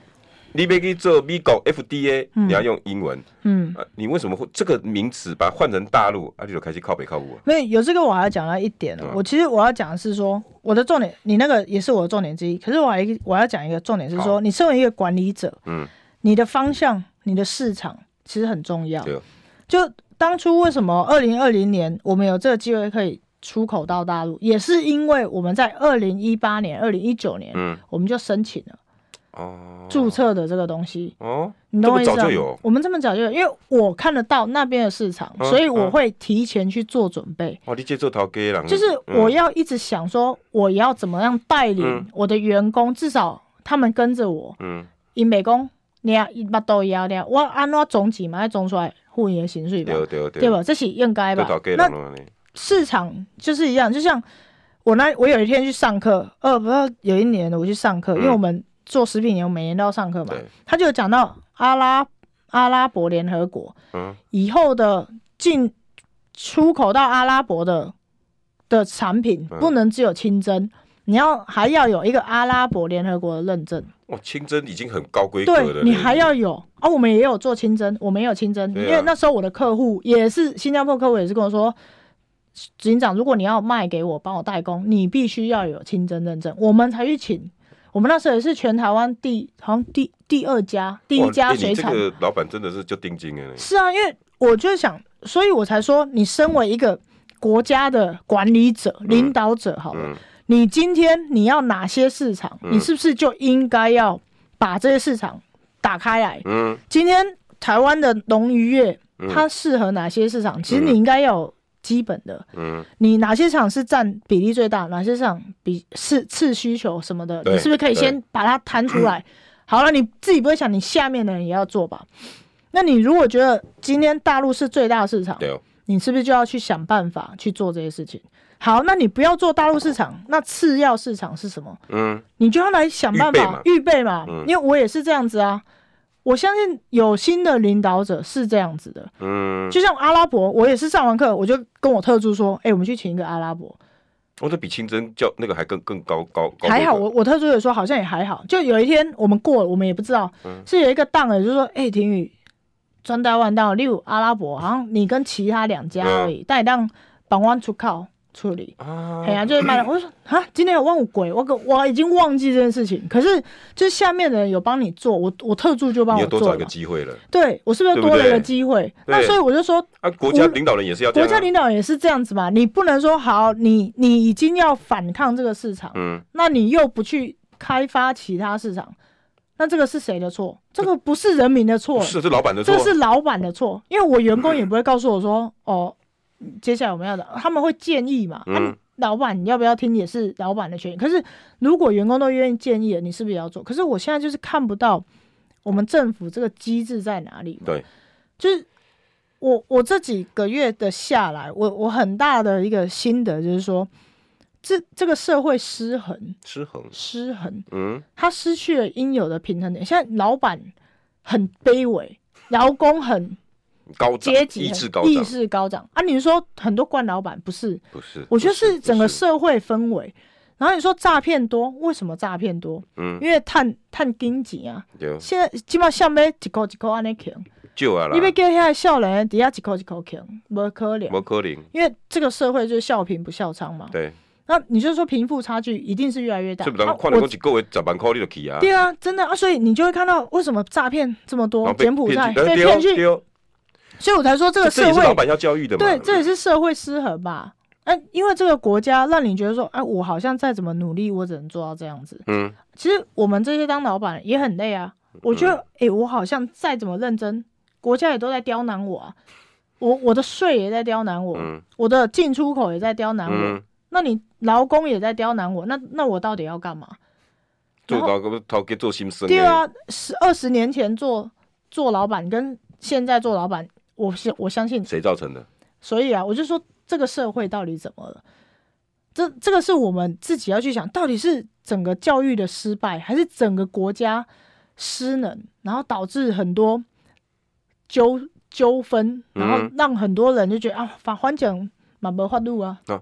你别去做美国 FDA，嗯你要用英文。嗯，啊你为什么会这个名词把它换成大陆，啊，你就开始靠北靠北啊？没有有这个我还要讲到一点哦嗯我其实我要讲的是说，我的重点，你那个也是我的重点之一。可是我还有一个我要讲一个重点是好说，你身为一个管理者，嗯，你的方向、你的市场其实很重要。对哦就当初为什么二零二零年我们有这个机会可以出口到大陆，也是因为我们在二零一八年、二零一九年、嗯，我们就申请了哦，注册的这个东西。哦，你懂我意思这么早吗就有？我们这么早就有，因为我看得到那边的市场，嗯所以我会提前去做准备。哦，你接做头家人，就是我要一直想说，我要怎么样带嗯领我的员工，至少他们跟着我。嗯，因美工，你啊，一巴都要的，我安怎总几嘛，要总出来付你的薪水吧对，对对，对吧？这是应该做吧头家？那人了呢，市场就是一样，就像我那我有一天去上课，呃，不知道有一年我去上课，嗯因为我们做食品研，我每年都要上课嘛对，他就有讲到阿拉阿拉伯联合国嗯，以后的进出口到阿拉伯的的产品，嗯不能只有清真，你要还要有一个阿拉伯联合国的认证，哇，清真已经很高规格了对呢，你还要有啊，我们也有做清真，我们也有清真，对啊因为那时候我的客户也是新加坡客户，也是跟我说，执行长，如果你要卖给我，帮我代工，你必须要有清真认证，我们才去请。我们那时候也是全台湾第好像第第二家，第一哇家哎水产。你这个老板真的是就定金了呢，是啊，因为我就想，所以我才说，你身为一个国家的管理者、领导者，好了，嗯你今天你要哪些市场，嗯你是不是就应该要把这些市场打开来？嗯今天台湾的龙鱼业嗯，它适合哪些市场？其实你应该要有基本的，嗯，你哪些市场是占比例最大，哪些市场比是次需求什么的，对你是不是可以对先把它摊 出来？好了，你自己不会想，你下面的人也要做吧？那你如果觉得今天大陆是最大的市场，对哦，你是不是就要去想办法去做这些事情？好，那你不要做大陆市场，那次要市场是什么？嗯你就要来想办法预备嘛，嗯因为我也是这样子啊。我相信有新的领导者是这样子的，嗯，就像阿拉伯，我也是上完课，我就跟我特助说，哎、我们去请一个阿拉伯。我这比清真叫那个还更更高高高规格，还好我我特助也说好像也还好，就有一天我们过了，我们也不知道，嗯是有一个档的，就说，哎、婷宇，专台湾到六阿拉伯，好像你跟其他两家而嗯已，但你让港湾出口处理。啊哎，呀、就是买了。我就说啊，今天有忘鬼，我可我已经忘记这件事情。可是就是下面的人有帮你做，我我特助就帮你我又多做找一个了。机会了对我是不是对又不多了一对个机会？对那所以我就说，啊！国家我领导人也是要这国样啊家领导也是这样子嘛，你不能说好，你你已经要反抗这个市场，嗯，那你又不去开发其他市场，那这个是谁的错？这个不是人民的错，是这老板的错这，是老板的错，因为我员工也不会告诉我说，哦，接下来我们要的，他们会建议嘛。嗯啊你老板你要不要听也是老板的权益。可是如果员工都愿意建议了，你是不是也要做？可是我现在就是看不到我们政府这个机制在哪里嘛。对，就是我我这几个月的下来，我我很大的一个心得就是说，这这个社会失衡，失衡，失衡，嗯，他失去了应有的平衡点。现在老板很卑微，劳工很高涨阶，级 意很志高意涨，识高涨啊！你说很多惯老板不是？不是，我觉得不是是整个不是社会氛围。然后你说诈骗多，为什么诈骗多？嗯，因为探探经济啊，对，现在基本上下面一口一口安尼啃，就啊啦你，要叫遐少年的底下一口一口啃，无可能。摩柯林，因为这个社会就是笑贫不笑娼嘛，对，那你就说贫富差距一定是越来越大。这不当啊看我能讲一个月十万块你就去啊，对啊，真的啊，所以你就会看到为什么诈骗这么然多后，被柬埔寨骗被去呃骗对哦去，对哦，所以我才说这个这也社是老会，板要教育的嘛，对，这也是社会失衡吧。哎、因为这个国家让你觉得说，哎、我好像再怎么努力，我只能做到这样子。嗯，其实我们这些当老板也很累啊。我觉得，哎、我好像再怎么认真，国家也都在刁难我啊。我我的税也在刁难我，嗯我的进出口也在刁难我，嗯，那你劳工也在刁难我，那那我到底要干嘛？做然后到个头给做心生，对，啊，十二十年前做做老板跟现在做老板，我是我相信，谁造成的？所以啊，我就说这个社会到底怎么了？这这个是我们自己要去想，到底是整个教育的失败，还是整个国家失能，然后导致很多纠纠纷，然后嗯让很多人就觉得、啊，法官讲满不法度啊，啊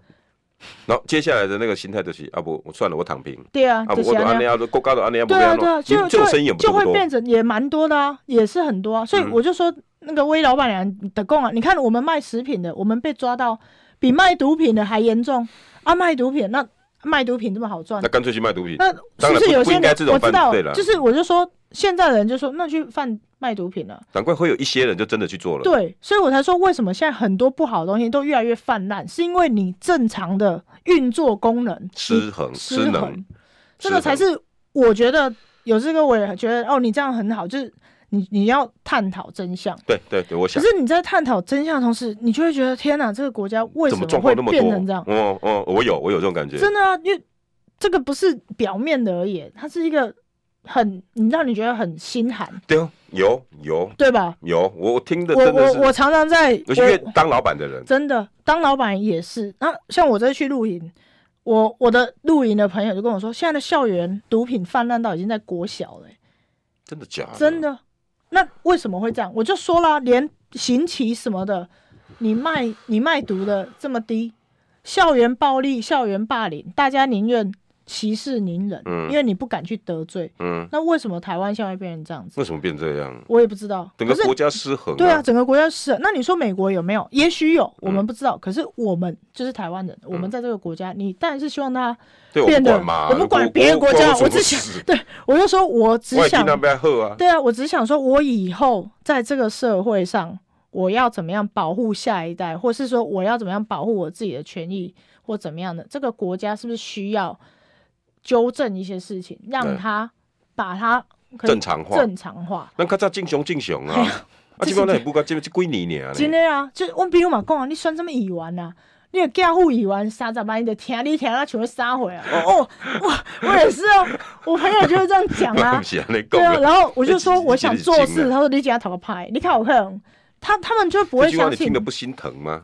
然后接下来的那个心态就是啊不，我算了，我躺平。对啊，啊，我就是都这安样利。啊，都够高的安利啊，不对要啊，弄对啊，你就这就种生意也不就会多。变成也蛮多的啊，也是很多啊。所以嗯我就说，那个微老板娘的供啊，你看我们卖食品的，我们被抓到比卖毒品的还严重啊！卖毒品那卖毒品这么好赚那，干脆去卖毒品。那当是然是不有不些应该人这种我犯知道对啦，就是我就说现在的人就说那去贩卖毒品了、啊难怪会有一些人就真的去做了。对，所以我才说为什么现在很多不好的东西都越来越泛滥，是因为你正常的运作功能失衡、你失失能衡，，这个才是我觉得有这个我也觉得哦，你这样很好，就是你你要探讨真相。对对对，我可想是你在探讨真相的同时，你就会觉得天哪，这个国家为什怎么状况会那么变成这多样？？哦哦，我有我有这种感觉。真的啊，因为这个不是表面的而已，它是一个很你让你觉得很心寒，对哦，有有对吧？有，我我听的我真的我是，我常常在尤其我越当老板的人，真的，当老板也是。那像我这去露营，我我的露营的朋友就跟我说，现在的校园毒品泛滥到已经在国小了欸、真的假的？真的。那为什么会这样？我就说了，连刑期什么的，你卖你卖毒的这么低，校园暴力、校园霸凌，大家宁愿息事宁人，嗯因为你不敢去得罪。嗯，那为什么台湾现在变成这样子？为什么变这样？我也不知道。整个可是国家失衡、对啊，，整个国家是。那你说美国有没有？也许有，嗯我们不知道。可是我们就是台湾人，我们在这个国家，你当然是希望他对，我变不得管嘛，我不管别的国家，我只想想，对我就说，我只我也听想他们在喝啊，对啊，我只想说，我以后在这个社会上，我要怎么样保护下一代，或是说我要怎么样保护我自己的权益，或怎么样的？这个国家是不是需要纠正一些事情，让对他把它可以正常化。正常化？咱较早正常正常 哎啊呀，啊，这基是本上也不过这这几年尔真呢。的啊，就是我比如嘛讲啊，你选什么议员啊？你的家户议员三十万，你得听你听啊，像要撒回啊！哦，我我也是哦，我朋友就是这样 讲啊不。是安尼对啊，讲的，然后我就这说这我想做这事，这他说你今天投牌，你看我看，他他们就不会这句话相你信听得不心疼吗？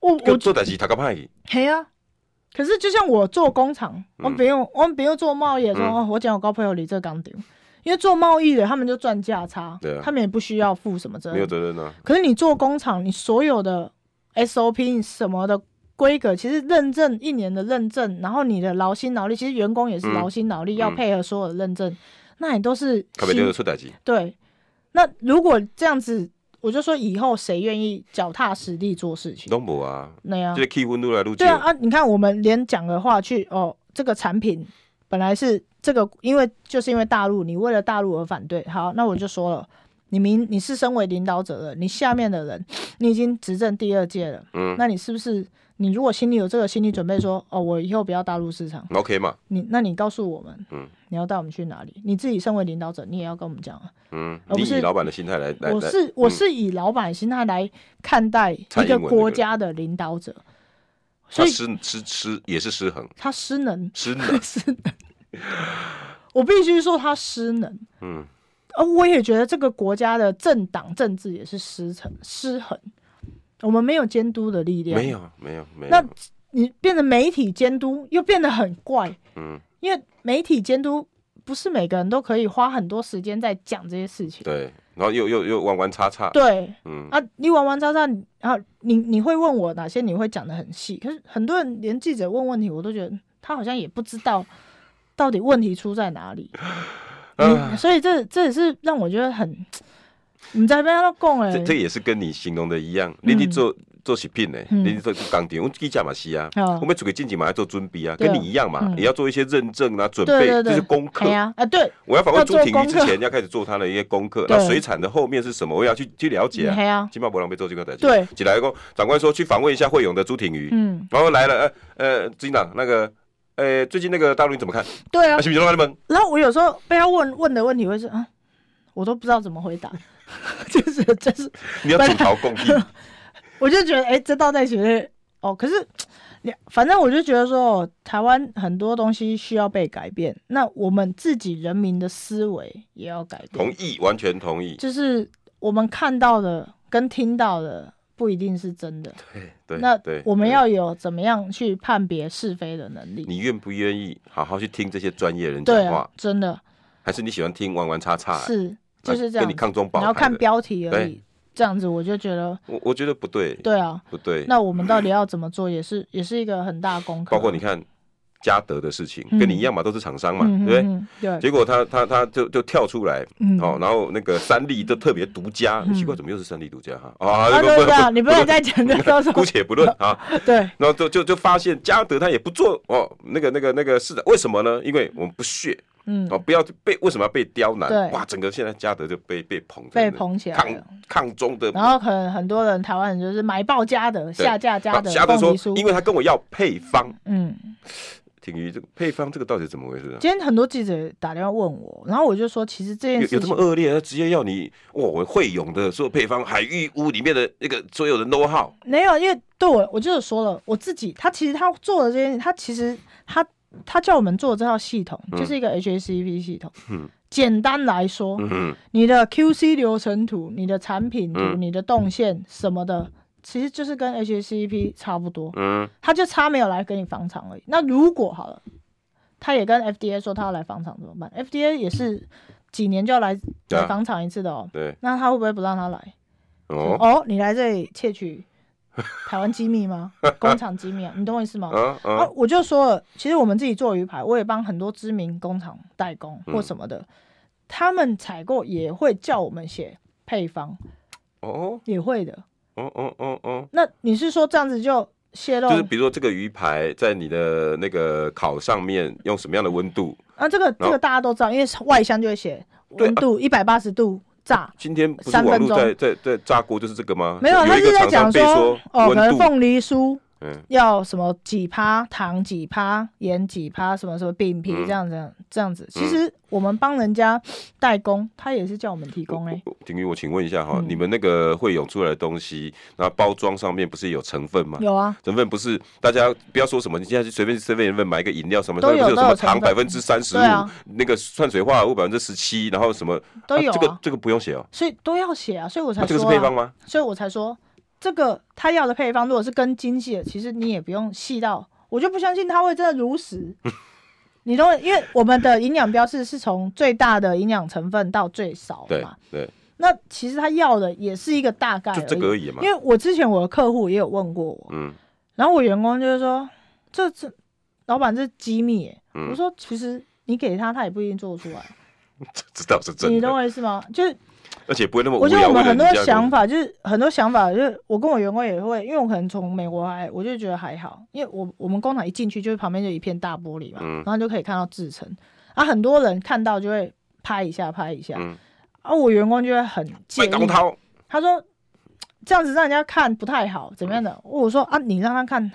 我我我做代志头壳歹，嘿啊。可是就像我做工厂，我嗯不用我们不用做贸易的时候，嗯哦我讲我高朋友离这刚丢，因为做贸易的他们就赚价差对啊，他们也不需要负什么责没有任。责任啊。可是你做工厂，你所有的 SOP 什么的规格，其实认证一年的认证，然后你的劳心劳力，其实员工也是嗯劳心劳力，要嗯配合所有的认证，那你都是特别辛就是出代志，对，那如果这样子，我就说以后谁愿意脚踏实地做事情？拢无啊，那样这个气氛愈来愈对啊少。啊！你看，我们连讲的话去哦，这个产品本来是这个，因为就是因为大陆，你为了大陆而反对。好，那我就说了，你明你是身为领导者的，你下面的人，你已经执政第二届了，嗯那你是不是你如果心里有这个心理准备说，哦，我以后不要大陆市场， ，OK 嘛，你那你告诉我们，嗯你要带我们去哪里？你自己身为领导者，你也要跟我们讲啊。嗯，而你不是以老板的心态来来我来，嗯是我是以老板心态来看待一个国家的领导者，他所以失失失也是失衡，他失能，，失能 失能。我必须说他失能，嗯，而我也觉得这个国家的政党政治也是失衡失衡，我们没有监督的力量，没，有没有没那有，你变成媒体监督又变得很怪，嗯，因为媒体监督不是每个人都可以花很多时间在讲这些事情，对，然后又又又弯弯叉叉，对，嗯，啊，你玩完渣渣，你啊，你你会问我哪些你会讲的很细，可是很多人连记者问问题，我都觉得他好像也不知道到底问题出在哪里。啊你所以这这也是让我觉得很，你在被他供哎，这这也是跟你形容的一样，你去做做食品呢，嗯你去做工厂，我们记者嘛是啊，啊我们出个进前嘛要做准备啊，对跟你一样嘛，嗯也要做一些认证啊，准备这对对对，是功课哎。呀啊，对，我要访问朱要做婷瑜之功课前，要开始做他的一些功课，对那水产的后面是什么，我也要去去了解啊。哎呀，金马博朗被做这个代志，对，起来后长官说去访问一下惠勇的朱婷瑜，嗯，然后来了，呃呃，执行长那个，呃，最近那个大陆你怎么看？对啊啊，。行不行？他们然后我有时候被他问问的问题会是啊，我都不知道怎么回答， 就是就是你要吐槽共地，我就觉得，哎、这道在学的哦。可是，你反正我就觉得说，台湾很多东西需要被改变，那我们自己人民的思维也要改同变。意，完全同 意。就是我们看到的跟听到的不一定是真的，对对，那对，我们对要有怎么样去判别是非的能力。你愿不愿意好好去听这些专业人对讲啊话，，真的还是你喜欢听玩玩叉叉？哎是就是这跟样你子。抗中保你要台看的？标题而对已，这样子，我就觉得我我觉得不对，对啊，不对。那我们到底要怎么做，也是也是一个很大的功课啊。包括你看嘉德的事情，嗯跟你一样嘛，都是厂商嘛，对嗯，不对？嗯嗯对，结果他他他就就跳出来，嗯哦，然后那个三立都特别独家，嗯奇怪，怎么又是三立独家哈？啊，啊，这对个对啊，你不能再讲这个不姑且不论啊，对，然后就就就发现嘉德他也不做哦，那个那个那个市长为什么呢？因为我们不屑嗯，哦，不要被为什么要被刁难？对哇，整个现在嘉德就被被捧被着捧起来了抗。抗中的然后可能很多人台湾人就是买爆加的下架加的嘉德凤说梨酥，，因为他跟我要配方，嗯，挺于这个配方这个到底是怎么回事啊？今天很多记者打电话问我，然后我就说，其实这件有有事这么情，恶劣？他直接要你哇，我会勇的所有配方，海域屋里面的那个所有的 know how，没有，因为对我，我就是说了，我自己，他其实他做的这件，他其实他他叫我们做这套系统，嗯就是一个 HACCP 系统。嗯简单来说，嗯哼，你的 QC 流程图、你的产品图、嗯你的动线什么的，其实就是跟 HACCP 差不多。嗯他就差没有来给你房厂而已。那如果好了，他也跟 FDA 说他要来房厂怎么办？FDA 也是几年就要来对啊来房厂一次的哦。对，那他会不会不让他来？哦哦，你来这里 窃取台湾机密吗？工厂机密啊？你懂我意思吗？啊啊啊，，我就说了，其实我们自己做鱼排，我也帮很多知名工厂代工嗯或什么的，他们采购也会叫我们写配方，哦也会的。哦哦哦哦，那你是说这样子就泄露？就是比如说这个鱼排在你的那个烤上面用什么样的温度？啊，这个然这后个大家都知道，因为外箱就会写啊温度一百八十度炸，今天不是三分网络在钟在在炸锅就是这个吗？没有，有他一是个在厂商讲被说哦，可温能度，凤梨酥嗯要什么几趴糖几趴盐几趴什么什么饼皮嗯这样子这样子。其实我们帮人家代工，他也是叫我们提哦供哎，婷宇，我请问一下哈，嗯你们那个会涌出来的东西，那包装上面不是有成分吗？有啊，成分不是大家不要说什么，你现在去随便 seven 买个饮料什么，都有上面不是什么都有成糖百分分之三十五对啊，那个碳水化合物百分之十七，然后什么都有啊这个啊，这个不用写哦，所以都要写啊，所以我才啊这个是说配方啊，吗？所以我才说这个他要的配方，如果是跟精细的，其实你也不用细到，我就不相信他会真的 如实。你都因为我们的营养标示是从最大的营养成分到最少对嘛，对，那其实他要的也是一个大概而就已。这个而已嘛哎因。为我之前我的客户也有问过我，嗯 然后我员工就是说，这这老板这机密耶、嗯我说其实你给他，他也不一定做出来，这这倒是 真你懂的，我意思吗？就是而且不会那么无我觉得聊。我们很多想法，法，就是很多想法，就是我跟我员工也会，因为我可能从美国来，我就觉得还好，因为我我们工厂一进去就是旁边就一片大玻璃嘛，嗯然后就可以看到制成，啊，很多人看到就会拍一下拍一下，嗯啊，我员工就会很介麦意，当 涛他说这样子让人家看不太好，怎么样的？我说啊，你让他看，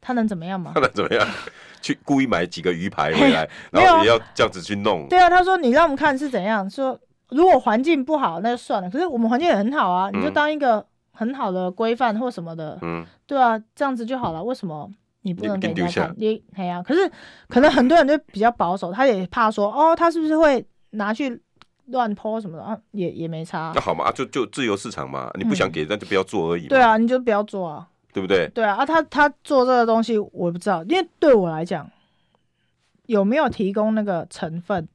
他能怎么样嘛？看他怎么样， 去故意买几个鱼排回来，没有啊然后也要这样子去弄。对啊，他说你让我们看是怎样，说如果环境不好那就算了，可是我们环境也很好啊，嗯你就当一个很好的规范或什么的，嗯，对啊，这样子就好了。为什么你不能给你一定人丢家下看？你哎呀、可是可能很多人就比较保守，他也怕说哦，他是不是会拿去乱泼什么的啊？也也没差啊、那好嘛，啊就就自由市场嘛，啊你不想给那就不要做而已嘛，嗯对啊，你就不要做啊。对不对？对啊，啊他他做这个东西我不知道，因为对我来讲，有没有提供那个成分，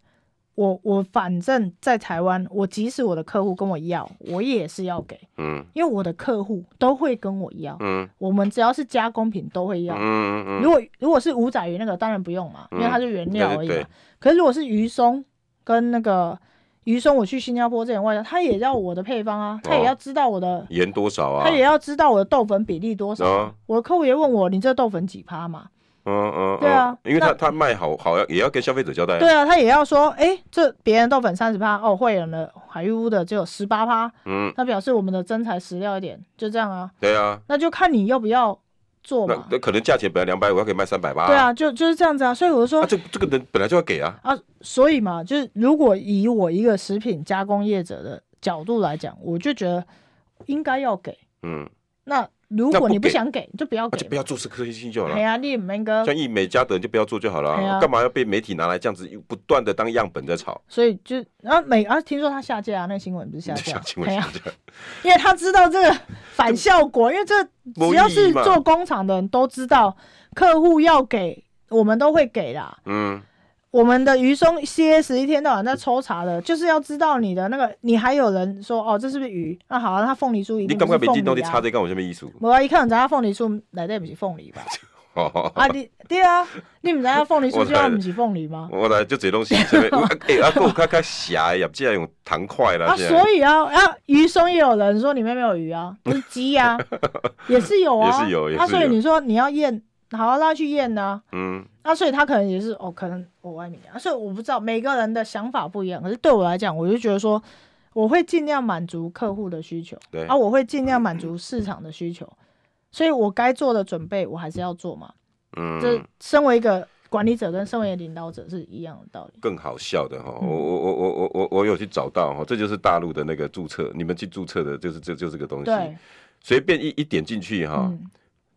我我反正在台湾，我即使我的客户跟我要，我也是要给，嗯因为我的客户都会跟我要，嗯我们只要是加工品都会要。嗯嗯如嗯，果如果是五仔鱼那个当然不用嘛，因为它是原料而对已嘛。对对可是如果是鱼松跟那个鱼松，我去新加坡之前外销，他也要我的配方啊，他哦也要知道我的。盐多少啊？他也要知道我的豆粉比例多少啊。啊我的客户也问我，你这豆粉几趴嘛？嗯嗯，对啊嗯因为他那他卖好好要也要跟消费者交代啊，对啊，他也要说，哎、这别人豆粉三十趴，哦，惠仁的海域屋的只有十八趴，嗯，那表示我们的真材实料一点，就这样啊，对啊，那就看你要不要做那嘛。那可能价钱本来两百五，要可以卖三百八，对，啊，就就是这样子啊，所以我就说啊，这这个人本来就要给啊，啊，所以嘛，就是如果以我一个食品加工业者的角度来讲，我就觉得应该要给。嗯，那如那果不你不给想给，就不要啊那就给不嘛。要做这颗星就好哎了。呀，你们哥，像一美加德你就不要做就好了哎啊，呀干嘛要被媒体拿来这样子不断的当样本在炒？所以就然后美啊，听说他下架啊，那个新闻不是下架想，请问哎一 呀下，因为他知道这个反效果，因为这只要是做工厂的人都知道，客户要给我们都会给啦。嗯我们的鱼松 CS 一天到晚在抽查的，就是要知道你的那个，你还有人说哦，这是不是鱼？那、好、啊，那凤梨酥你一定敢不不敢是别凤进到梨底啊插。这干我什么意思？ 无啊，伊可能知影凤梨酥嗯内底毋是凤梨吧？哦啊，你 对啊，你毋知影凤梨我知酥最后毋是凤梨吗？我来就这东西，什么？哎，阿哥较较狭业界用糖块啦，啊，这样所以啊，啊，鱼松也有人说里面没有鱼 啊，你鸡啊，也是有啊，也是有也啊，是所以有你说你要验，好啊，让他去验呢、嗯，啊，所以他可能也是哦，可能我爱你啊，所以我不知道每个人的想法不一样，可是对我来讲，我就觉得说，我会尽量满足客户的需求，对啊，我会尽量满足市场的需求，所以我该做的准备我还是要做嘛，这嗯，身为一个管理者跟身为一个领导者是一样的道理。更好笑的哈，嗯我我我我我我我有去找到哈，这就是大陆的那个注册，你们去注册的就是这就这个东西，对，随便一一点进去哈，嗯，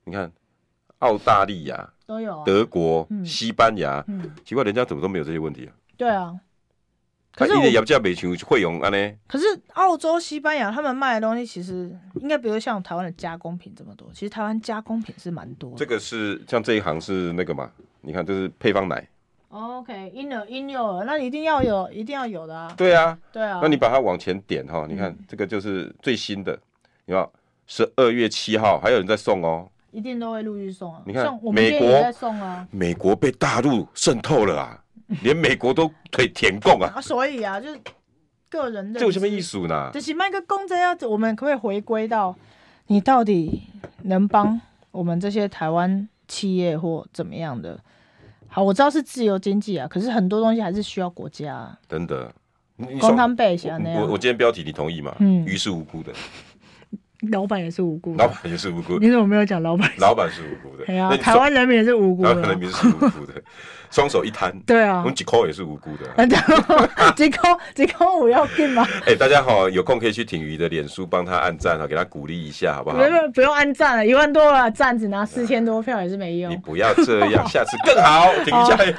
你看澳大利亚、都有啊。德国、嗯西班牙，嗯，奇怪，人家怎么都没有这些问题啊？对啊。可他是一我哦的业价没像惠用安呢，可是澳洲、西班牙他们卖的东西其实应该不会像台湾的加工品这么多。其实台湾加工品是蛮多的。这个是像这一行是那个嘛？你看这是配方奶，哦 OK，婴儿婴幼儿那一定要有，一定要有的啊。对啊，对啊。那你把它往前点哈，你嗯看这个就是最新的，你看十二月七号还有人在送哦。一定都会陆续送啊。你看像我们店美也国在送啊。美国被大陆渗透了 啊，连美国都腿舔共啊，啊，所以啊，就是个人的。这有什么意？思呢？就是卖个公真要，我们可不可以回归到你到底能帮我们这些台湾企业或怎么样的？好，我知道是自由经济啊，可是很多东西还是需要国家、啊。真的，你你公说摊背啊那我我今样，天标题你同意吗？嗯鱼是无辜的，老板也是无辜的。老板也是无 辜的，你怎么没有讲 老板？老板是无辜的，哎呀那，你台双湾人民也是无辜台湾的人。民是无辜的，双手一摊，对我 啊们，几口也是无辜的啊。 然后只空只空我要进吗？哎、大家好，有空可以去挺鱼的脸书帮他按赞啊，给他鼓励一下， 好不好不？用不用按啊赞了，一万多了，赞只拿四千多票也是没你用。不要这样，下次更好，挺鱼加油。